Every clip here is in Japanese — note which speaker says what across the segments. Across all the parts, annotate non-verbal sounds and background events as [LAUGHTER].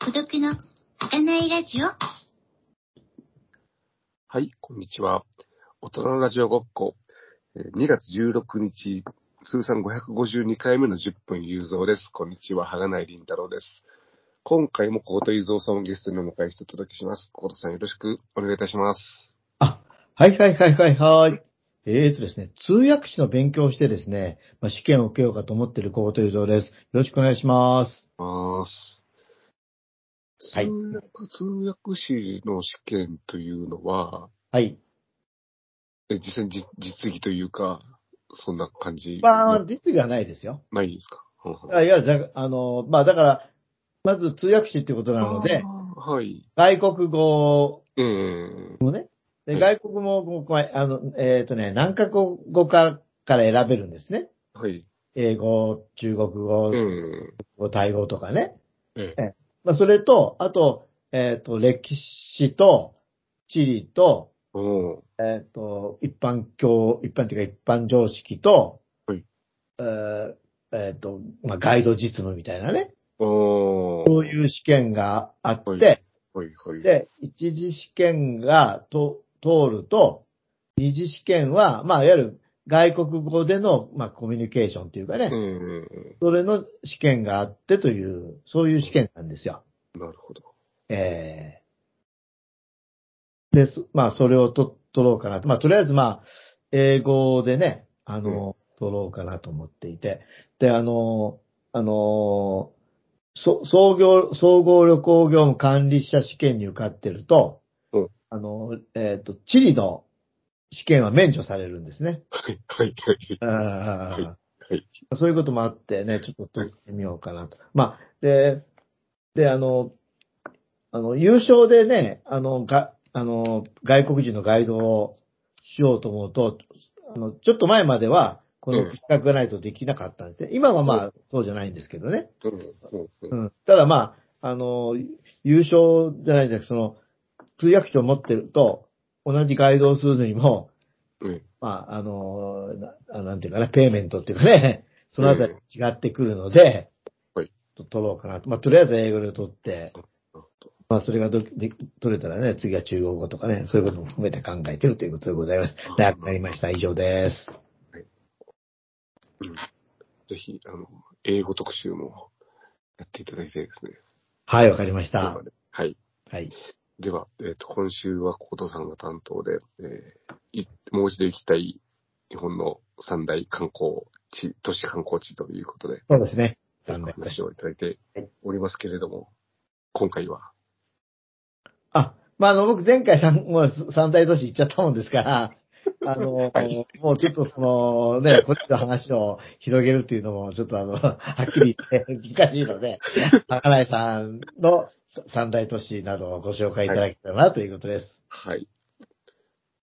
Speaker 1: 孤独のつかないラジオ。
Speaker 2: はい、こんにちは。大人のラジオごっこ、えー2月16日、通算552回目の10分有造です。こんにちは、はがないりんたろうです。今回も小言ゆぞうさんをゲストにお迎えしてお届けします。小言さんよろしくお願いいたします。
Speaker 3: あ、はいはいはいはいはい。えーとですね、通訳士の勉強をしてですね、まあ、試験を受けようかと思っている小言ゆぞうです。よろしくお願いします。
Speaker 2: まーす。通
Speaker 3: はい
Speaker 2: 訳、通訳士の試験というのは、
Speaker 3: はい。
Speaker 2: え実際に実実技というか、そんな感じ
Speaker 3: まあ、実技はないですよ。
Speaker 2: ないですか、うんうん
Speaker 3: いわゆるざ、あの、まあだから、まず通訳士っていうことなので、
Speaker 2: あーはい。
Speaker 3: 外国語
Speaker 2: ええ
Speaker 3: もね、で
Speaker 2: うん
Speaker 3: 外国語も、こうあの、えーとね、何カ国語かから選べるんですね。
Speaker 2: はい。
Speaker 3: 英語、中国語、
Speaker 2: ええ
Speaker 3: タイ語とかね。
Speaker 2: え
Speaker 3: まあ、それと、あと、えっ、と、歴史と、地理と、
Speaker 2: おー
Speaker 3: えっ、と、一般教、一般というか一般常識と、
Speaker 2: はい
Speaker 3: えーえっ、と、まあ、ガイド実務みたいなね、
Speaker 2: お
Speaker 3: そう
Speaker 2: う。
Speaker 3: いう試験があって、
Speaker 2: はいはいはい。
Speaker 3: で、一次試験がと通ると、二次試験は、まあ、いわゆる外国語での、まあ、コミュニケーションというか
Speaker 2: え
Speaker 3: ね、
Speaker 2: え
Speaker 3: それの試験があってという、そういう試験なんですよ。
Speaker 2: なるほど。
Speaker 3: ええで、そまあ、それをと取ろうかなと。まあ、とりあえず、まあ、英語でね、あの、取ろうかなと思っていて。で、あの、あの、そ総業、総合旅行業務管理者試験に受かってると、
Speaker 2: うん
Speaker 3: あの、えっ、と、地理の試験は免除されるんですね。
Speaker 2: はいはいはい。
Speaker 3: ああ
Speaker 2: はい
Speaker 3: そういうこともあってね、ちょっと撮ってみようかなと。まあ、で、で、あの、あの、優勝でね、あの、が、あの、外国人のガイドをしようと思うと、あの、ちょっと前までは、この
Speaker 2: うん
Speaker 3: 企画がないとできなかったんですね。今はまあ、そうじゃないんですけどね。
Speaker 2: うんうんうん
Speaker 3: うん。ただまあ、あの、優勝じゃないんだけど、その、通訳者を持ってると、同じガイドをするのにも、
Speaker 2: うん
Speaker 3: まあ、あの、なあなんていうかな、ペイメントっていうかね、 [LAUGHS] そのあたり違ってくるので、
Speaker 2: はい
Speaker 3: ちょっと取ろうかなと。まあ、とりあえず英語で取って
Speaker 2: なるほど、
Speaker 3: まあ、それがどで取れたらね、次は中国語とかね、そういうことも含めて考えてるということでございます。長くなりました。以上です。
Speaker 2: ぜひ、あの、英語特集もやっていただきたいですね。
Speaker 3: はい、わかりました。
Speaker 2: はい。
Speaker 3: はい。
Speaker 2: では、えっ、と、今週は小藤さんが担当で、えーいもう一度行きたい日本の三大観光地、都市観光地ということで、
Speaker 3: そうですね。
Speaker 2: お
Speaker 3: 残念
Speaker 2: 話をいただいておりますけれども、今回は、
Speaker 3: あ、まあ、あの、僕前回三、もう三大都市行っちゃったもんですから、あの、
Speaker 2: [LAUGHS] はい
Speaker 3: もうちょっとその、ね、こっちの話を広げるっていうのも、ちょっとあの、はっきり言って難しいので、赤内さんの三大都市などをご紹介いただけたらなということです。
Speaker 2: はい。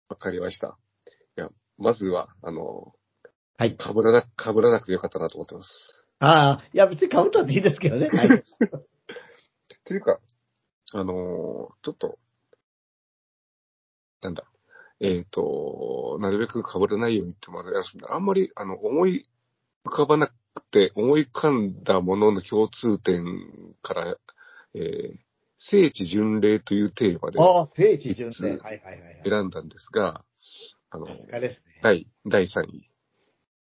Speaker 2: わかりました。いや、まずは、あの、
Speaker 3: はい。
Speaker 2: かぶらな、かぶらなくてよかったなと思ってます。
Speaker 3: ああ、いや、別に被ったっていいですけどね。はい。
Speaker 2: というか、あのーちょっと、なんだ、えっ、と、なるべく被らないようにってもあれなんですけど、あんまり、あの、思い浮かばなくて、思い浮かんだものの共通点から、えー聖地巡礼というテーマで
Speaker 3: ああ、聖地巡礼。はいはいはいはい。
Speaker 2: 選んだんですが、あの、
Speaker 3: さすがですね。
Speaker 2: 第、第3位。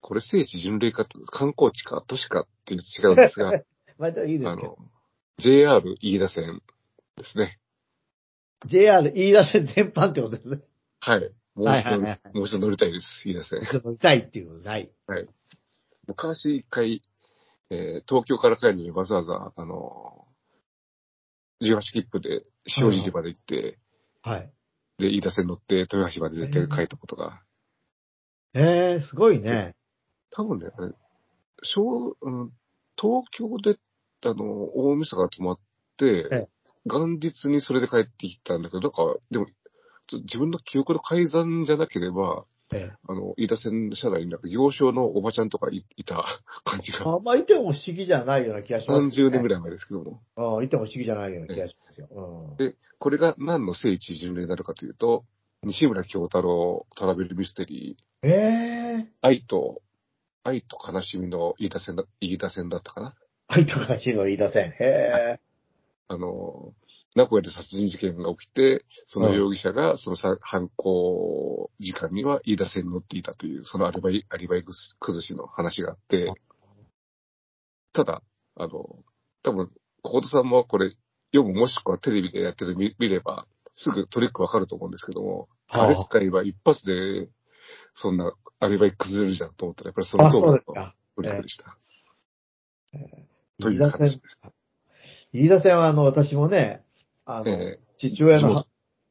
Speaker 2: これ聖地巡礼か、観光地か、都市かっていうと違うんですが、
Speaker 3: まあ、でも [LAUGHS] いいで
Speaker 2: あ
Speaker 3: すけど
Speaker 2: の。、JR 飯田線ですね。
Speaker 3: JR 飯田線全般ってことですね。
Speaker 2: はい。もう
Speaker 3: はい
Speaker 2: 一
Speaker 3: はい
Speaker 2: 度、
Speaker 3: はい
Speaker 2: もう一度乗りたいです。いいですね。
Speaker 3: ちょっと痛いっていうことない。
Speaker 2: 昔一回、えー東京から帰るのにわざわざ、あのー、18切符で塩尻まで行って、
Speaker 3: はい。
Speaker 2: で、飯田線乗って豊橋まで絶対帰ったことが、
Speaker 3: ええすごいね。
Speaker 2: 多分ね、あれ小、うん、東京で、あの、大晦日が泊まって、
Speaker 3: ええ
Speaker 2: 元日にそれで帰ってきたんだけど、なんか、でも、ちょっと自分の記憶の改ざんじゃなければ、
Speaker 3: ええ
Speaker 2: あの、飯田線車内になんか幼少のおばちゃんとかいいた [LAUGHS] 感じが、
Speaker 3: あんまいても不思議じゃないような気がします、ね。
Speaker 2: 30年ぐら
Speaker 3: らい。
Speaker 2: い前ですけども。
Speaker 3: うん、いても不思議じゃないような気がしますよ。うん。
Speaker 2: で、これが何の聖地巡礼になるかというと、西村京太郎トラベルミステリー、
Speaker 3: ええ
Speaker 2: 愛と、愛と悲しみの飯田線だ、飯田線だったかな。
Speaker 3: 愛と悲しみの言い出せん。へえ。
Speaker 2: あの、名古屋で殺人事件が起きて、その容疑者がそのさ犯行時間には飯田線に乗っていたという、そのアリバイ、アリバイ崩しの話があって、ただ、あの、多分、小琴さんもこれ、読むもしくはテレビでやってる見見れば、すぐトリックわかると思うんですけども、
Speaker 3: ああ
Speaker 2: あれ使えば一発で、そんなアリバイ崩れるじゃんと思ったら、やっぱりその
Speaker 3: あ、
Speaker 2: 通り
Speaker 3: そう
Speaker 2: だ
Speaker 3: です
Speaker 2: と
Speaker 3: か。
Speaker 2: トリックでした。とい
Speaker 3: 言いう出せ
Speaker 2: 話
Speaker 3: ん。言い出せんは、あの、私もね、あの、
Speaker 2: え
Speaker 3: 父親
Speaker 2: 地
Speaker 3: の
Speaker 2: 元
Speaker 3: は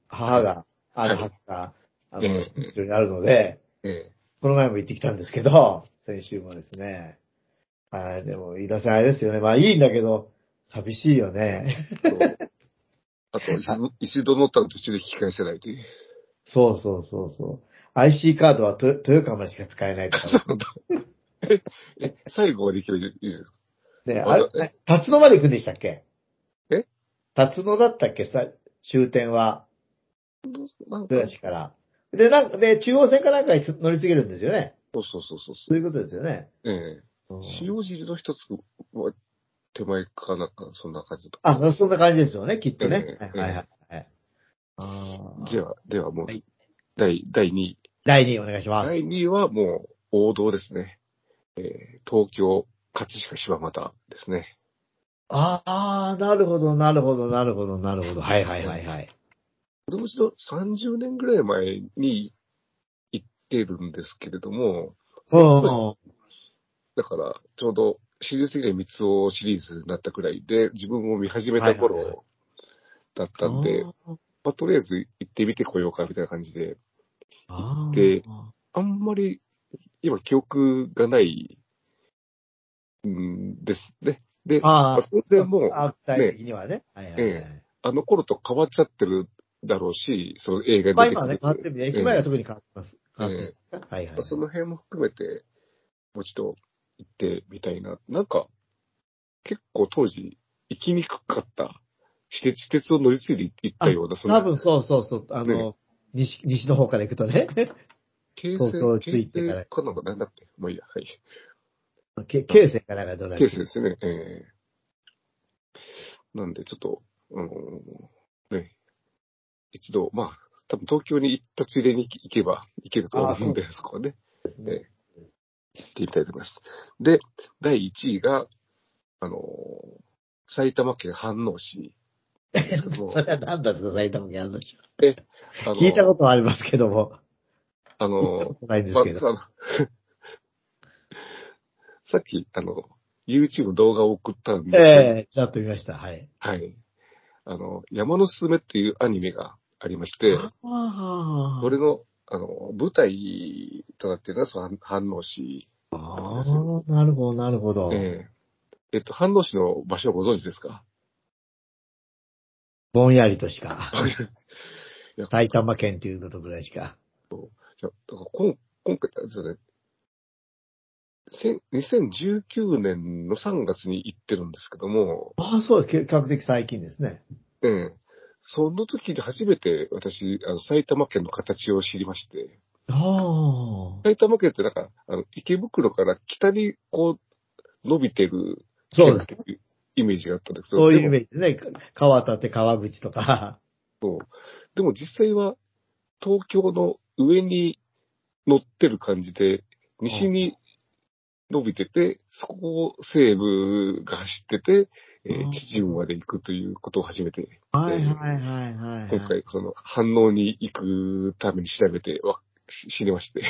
Speaker 3: 母が、あの、
Speaker 2: は
Speaker 3: 母が、あの、
Speaker 2: ええ
Speaker 3: 一緒にあるので、
Speaker 2: ええ
Speaker 3: この前も行ってきたんですけど、 [LAUGHS] 先週もですね。はい、でも、飯田さんあれですよね。まあいいんだけど、寂しいよ
Speaker 2: [LAUGHS]
Speaker 3: ね。
Speaker 2: えとあ
Speaker 3: [LAUGHS]
Speaker 2: と、一度一度乗ったら途中で引き返せないという。
Speaker 3: そうそうそうそう。IC カードはトヨ豊川しか使えないとか
Speaker 2: [LAUGHS] え、最後まで行けばいいじゃないですか。
Speaker 3: ね。
Speaker 2: [LAUGHS]
Speaker 3: ね、
Speaker 2: あ
Speaker 3: あれ、ね辰野まで行くんでしたっけ
Speaker 2: え
Speaker 3: 辰野だったっけさ、終点は、
Speaker 2: なんか
Speaker 3: 豊橋から。で、なんか、で、中央線かなんかに乗り継げるんですよね。
Speaker 2: そうそうそうそうそ
Speaker 3: そう
Speaker 2: う。
Speaker 3: いうことですよね。
Speaker 2: え
Speaker 3: うん
Speaker 2: え塩尻の一つは手前かなんか、そんな感じだと。
Speaker 3: あ、そんな感じですよね、きっとね。
Speaker 2: ええ
Speaker 3: はいはいはい。あー
Speaker 2: では、ではもう、
Speaker 3: はい
Speaker 2: 第、第2位。
Speaker 3: 第2位お願いします。
Speaker 2: 第2位はもう、王道ですね。えー東京、葛飾柴又ですね。
Speaker 3: ああ、なるほど、なるほど、なるほど、なるほど。はいはいはいはい。
Speaker 2: これも一度30年ぐらい前に行ってるんですけれども、
Speaker 3: うん。
Speaker 2: だから、ちょうど、シリーズ的には三つ尾シリーズになったくらいで、自分も見始めた
Speaker 3: はいはいは
Speaker 2: 頃だったんで、まあ、とりあえず行ってみてこようかみたいな感じで、
Speaker 3: あー、
Speaker 2: であんまり今記憶がないんですね。で、ま
Speaker 3: あ
Speaker 2: あ
Speaker 3: ー
Speaker 2: 当然もう、
Speaker 3: あー、具体的にはね。はいはいは
Speaker 2: え
Speaker 3: い。
Speaker 2: あの頃と変わっちゃってるだろうし、その映画
Speaker 3: まあ
Speaker 2: に出て
Speaker 3: 今
Speaker 2: く
Speaker 3: はね、
Speaker 2: る。
Speaker 3: 変わってるね。駅前は特に変わってます。
Speaker 2: え
Speaker 3: 変わってますはいはい
Speaker 2: まあ。その辺も含めて、もう一度行ってみたいな。なんか、結構当時、行きにくかった。私鉄、私鉄を乗り継いで行ったような、そ
Speaker 3: 多
Speaker 2: の、
Speaker 3: 分そうそうそう、あの、西、西の方から行くとね、
Speaker 2: [LAUGHS] 京
Speaker 3: 東京
Speaker 2: 成、
Speaker 3: に着
Speaker 2: 京
Speaker 3: いてから
Speaker 2: 成かなんかなんだっけまあいいや、はい。
Speaker 3: け京成かなんかどうな
Speaker 2: ケー
Speaker 3: る
Speaker 2: スですね。ええなんで、ちょっと、あのーね、一度、まあ、多分東京に行ったついでに行けば、行けると思うんで、そこはね、
Speaker 3: ですね。
Speaker 2: 行ってみたいと思います。で、第1位が、あのー埼玉県飯能市。ですけど
Speaker 3: [LAUGHS]
Speaker 2: も
Speaker 3: それは何だと埼玉県ある
Speaker 2: あ
Speaker 3: の
Speaker 2: の
Speaker 3: 聞いたことはありますけども、
Speaker 2: あの
Speaker 3: ないんで
Speaker 2: ー
Speaker 3: す
Speaker 2: ま
Speaker 3: け
Speaker 2: あ
Speaker 3: ど。
Speaker 2: あの [LAUGHS] さっき、あの、YouTube の動画を送ったんですけど
Speaker 3: ええちょっと見ました。はい。
Speaker 2: はい。あの、山のすすめっていうアニメがありまして、
Speaker 3: あ
Speaker 2: それの、あの、舞台となってるのは、その、反応市。
Speaker 3: あー、なるほど、なるほど。
Speaker 2: えええっと、反応市の場所はご存知ですか
Speaker 3: ぼんやりとしか。
Speaker 2: [LAUGHS] いや
Speaker 3: 埼玉県っていうことぐらいしか。
Speaker 2: じゃだからこん今回、あれですよね。せん2019年の3月に行ってるんですけども、
Speaker 3: ああ、そう、比較的最近ですね。
Speaker 2: ええその時で初めて私、あの埼玉県の形を知りまして、
Speaker 3: ああ。
Speaker 2: 埼玉県ってなんか、あの池袋から北にこう、伸びてる
Speaker 3: そうです。
Speaker 2: す。っていうイメージがあったんですけど、
Speaker 3: そうい
Speaker 2: で
Speaker 3: うイ
Speaker 2: も
Speaker 3: メージですね。川渡って川口
Speaker 2: [LAUGHS]
Speaker 3: とか。
Speaker 2: そう。でも実際は、東京の上に乗ってる感じで、西に伸びてて、そこを西部が走ってて、え
Speaker 3: う
Speaker 2: ー
Speaker 3: ん
Speaker 2: 秩父まで行くということを初めて、
Speaker 3: はいはいはいはい、はい。
Speaker 2: 今。回、その、反応に行くために調べてわ知りまして、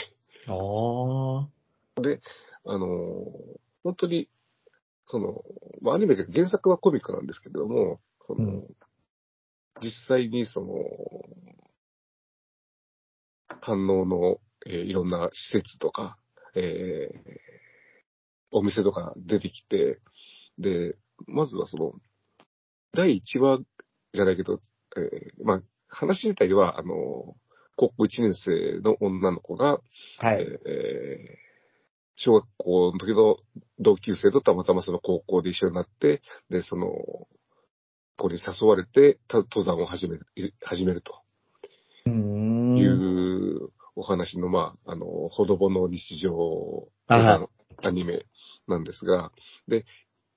Speaker 2: あ
Speaker 3: あ
Speaker 2: のー本当に、その、まあ、アニメで原作はコミックなんですけれども、その、
Speaker 3: うん
Speaker 2: 実際にその、反応の、えーいろんな施設とか、えーお店とか出てきて、で、まずはその、第1話じゃないけど、えーまあ、話自体は、あの、高校1年生の女の子が、
Speaker 3: はい。
Speaker 2: えー小学校の時の同級生とたまたまその高校で一緒になって、で、その、ここに誘われて、た登山を始める、始めると
Speaker 3: うーん
Speaker 2: い。うお話の、まあ、あの、ほどぼの日常、登
Speaker 3: はい
Speaker 2: 山アニメなんですが、で、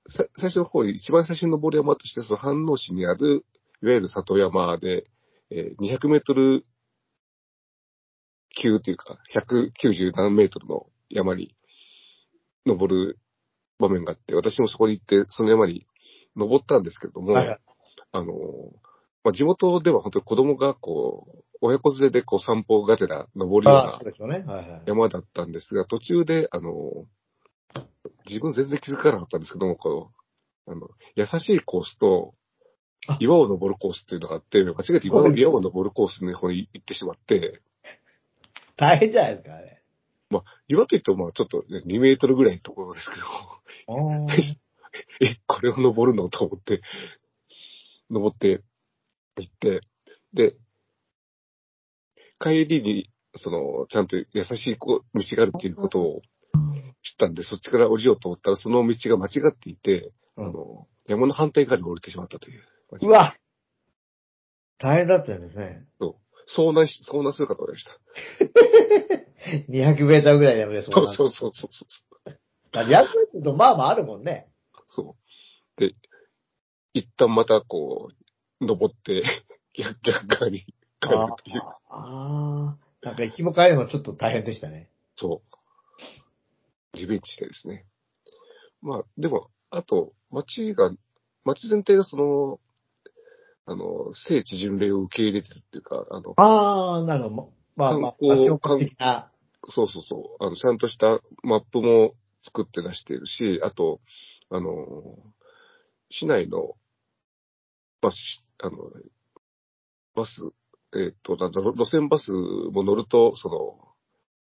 Speaker 2: さ最初の方に、一番最初に登る山として、その飯能市にある、いわゆる里山で、えー200メートル級というか、190何メートルの山に登る場面があって、私もそこに行って、その山に登ったんですけども、
Speaker 3: はいはい
Speaker 2: あの、まあ、地元では本当に子供がこう、親子連れでこう散歩がてら登るよう
Speaker 3: あ
Speaker 2: な
Speaker 3: あ、そうですよね。はいはい。
Speaker 2: 山だったんですが、途中で、あの、自分全然気づかなかったんですけども、こう、あの、優しいコースと
Speaker 3: あ、
Speaker 2: 岩を登るコースっていうのがあって、間違えて岩
Speaker 3: そ
Speaker 2: を
Speaker 3: うです
Speaker 2: 岩を登るコースの方に行ってしまって、
Speaker 3: 大変じゃないですか、あれ。
Speaker 2: 岩といってもまあちょっと、ね、2メートルぐらいのところですけど、
Speaker 3: おー
Speaker 2: え、 [LAUGHS] これを登るのと思って、登って行って、で、帰りに、その、ちゃんと優しいこ道があるっていうことを知ったんで、そっちから降りようと思ったら、その道が間違っていて、
Speaker 3: うん
Speaker 2: あの、山の反対側に降りてしまったという。
Speaker 3: [LAUGHS] うわ大変だったんですね。
Speaker 2: 遭難し、遭難するかと思いました。
Speaker 3: 200メーターぐらいやめです。
Speaker 2: そう [LAUGHS] そううそうそうそう。
Speaker 3: 200メートルとまあまああるもんね。
Speaker 2: そう。で、一旦またこう、登って、 [LAUGHS] 逆逆側に帰る
Speaker 3: あ
Speaker 2: という。
Speaker 3: あああ、なんか行きも帰るのちょっと大変でしたね。
Speaker 2: そう。リベンジしたいですね。まあ、でも、あと、町が、町全体がその、あの、聖地巡礼を受け入れてるっていうか、あの、
Speaker 3: ああ、なるほど。まあまあ、
Speaker 2: 観光
Speaker 3: 足を的な。
Speaker 2: そうそうそう、あの、ちゃんとしたマップも作って出しているし、あと、あの、市内の、バス、あの、バス、えっ、と、なんだろう、路線バスも乗ると、その、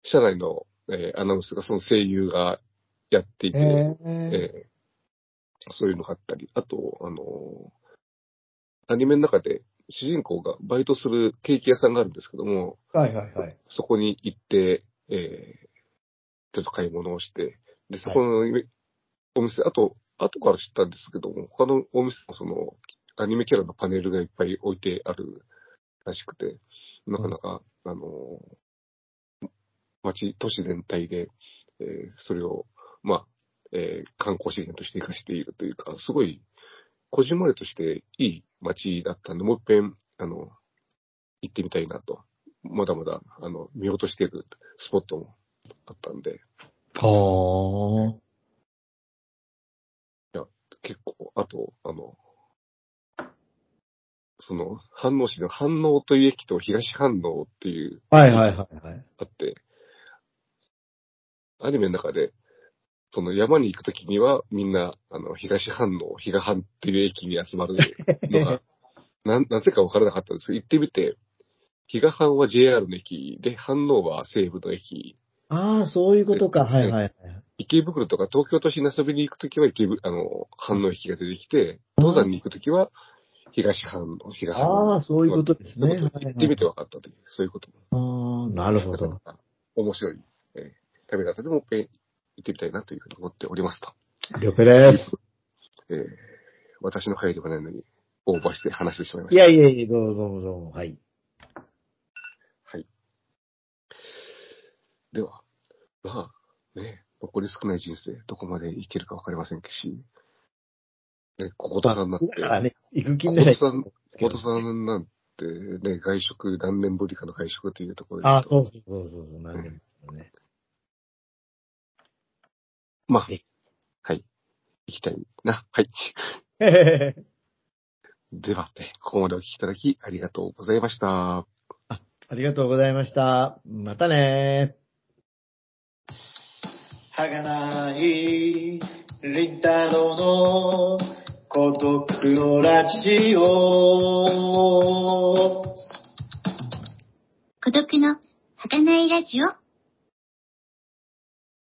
Speaker 2: 車内の、えーアナウンスが、その声優がやっていて、
Speaker 3: え
Speaker 2: ええそういうのがあったり、あと、あのーアニメの中で主人公がバイトするケーキ屋さんがあるんですけども、
Speaker 3: えはいはいはい。
Speaker 2: そこに行って、ええちょっと買い物をして、で、そこのお店、あと、後から知ったんですけども、他のお店もその、アニメキャラのパネルがいっぱい置いてあるらしくて、なかなか、あのー街、都市全体で、えーそれを、まあ、えー観光資源として活かしているというか、すごい、こじんまりとしていい街だったんで、もう一遍、あの、行ってみたいなと。まだまだ、あの、見落としているスポットもあったんで、
Speaker 3: は
Speaker 2: 結構、あと、あの、その、反応市の反応という駅と東反応っていう、
Speaker 3: あ。はいはいはいはい。
Speaker 2: あって、アニメの中で、その山に行くときには、みんな、あの、東反応、比嘉半っていう駅に集まるのが、な、なぜかわからなかったんですけど、行ってみて、比嘉半は JR の駅で、反応は西武の駅、
Speaker 3: ああ、そういうことか。はいはいはい。
Speaker 2: 池袋とか東京都心に遊びに行くときは池ぶ、あの、反応駅が出てきて、登山に行くときは、東反応、東反応。
Speaker 3: ああ、そういうことです
Speaker 2: そうい
Speaker 3: ね。
Speaker 2: うこと行ってみて分かったという、そういうことも。
Speaker 3: はいはいああ、なるほ
Speaker 2: なかな
Speaker 3: ど。
Speaker 2: か面白い、えー旅だったのでもう一遍行ってみたいなというふうに思っておりますと。
Speaker 3: 了解です。
Speaker 2: えー私の会ではないのに、オーバーして話してしまいま
Speaker 3: い
Speaker 2: した。
Speaker 3: やいやいや、どうもどうもどうも。はい。
Speaker 2: はい。では、まあ、ね、残り少ない人生、どこまでいけるか分かりませんし、ね、小琴さんになって、
Speaker 3: だからね、行く気
Speaker 2: 小
Speaker 3: になら
Speaker 2: 琴さん、小琴さんなんてね、外食、何年ぶりかの外食というところで言
Speaker 3: あ
Speaker 2: う
Speaker 3: あ、
Speaker 2: と
Speaker 3: そうそうそうそうそう、なんでもね。
Speaker 2: まあ
Speaker 3: え、
Speaker 2: はい。行きたいな。はい。ではね、ここまでお聞きいただきありがとうございました。
Speaker 3: ありがとうございました。またね
Speaker 4: はがない、りんたろうの孤独のラジオ。
Speaker 1: 孤独の儚いラジオ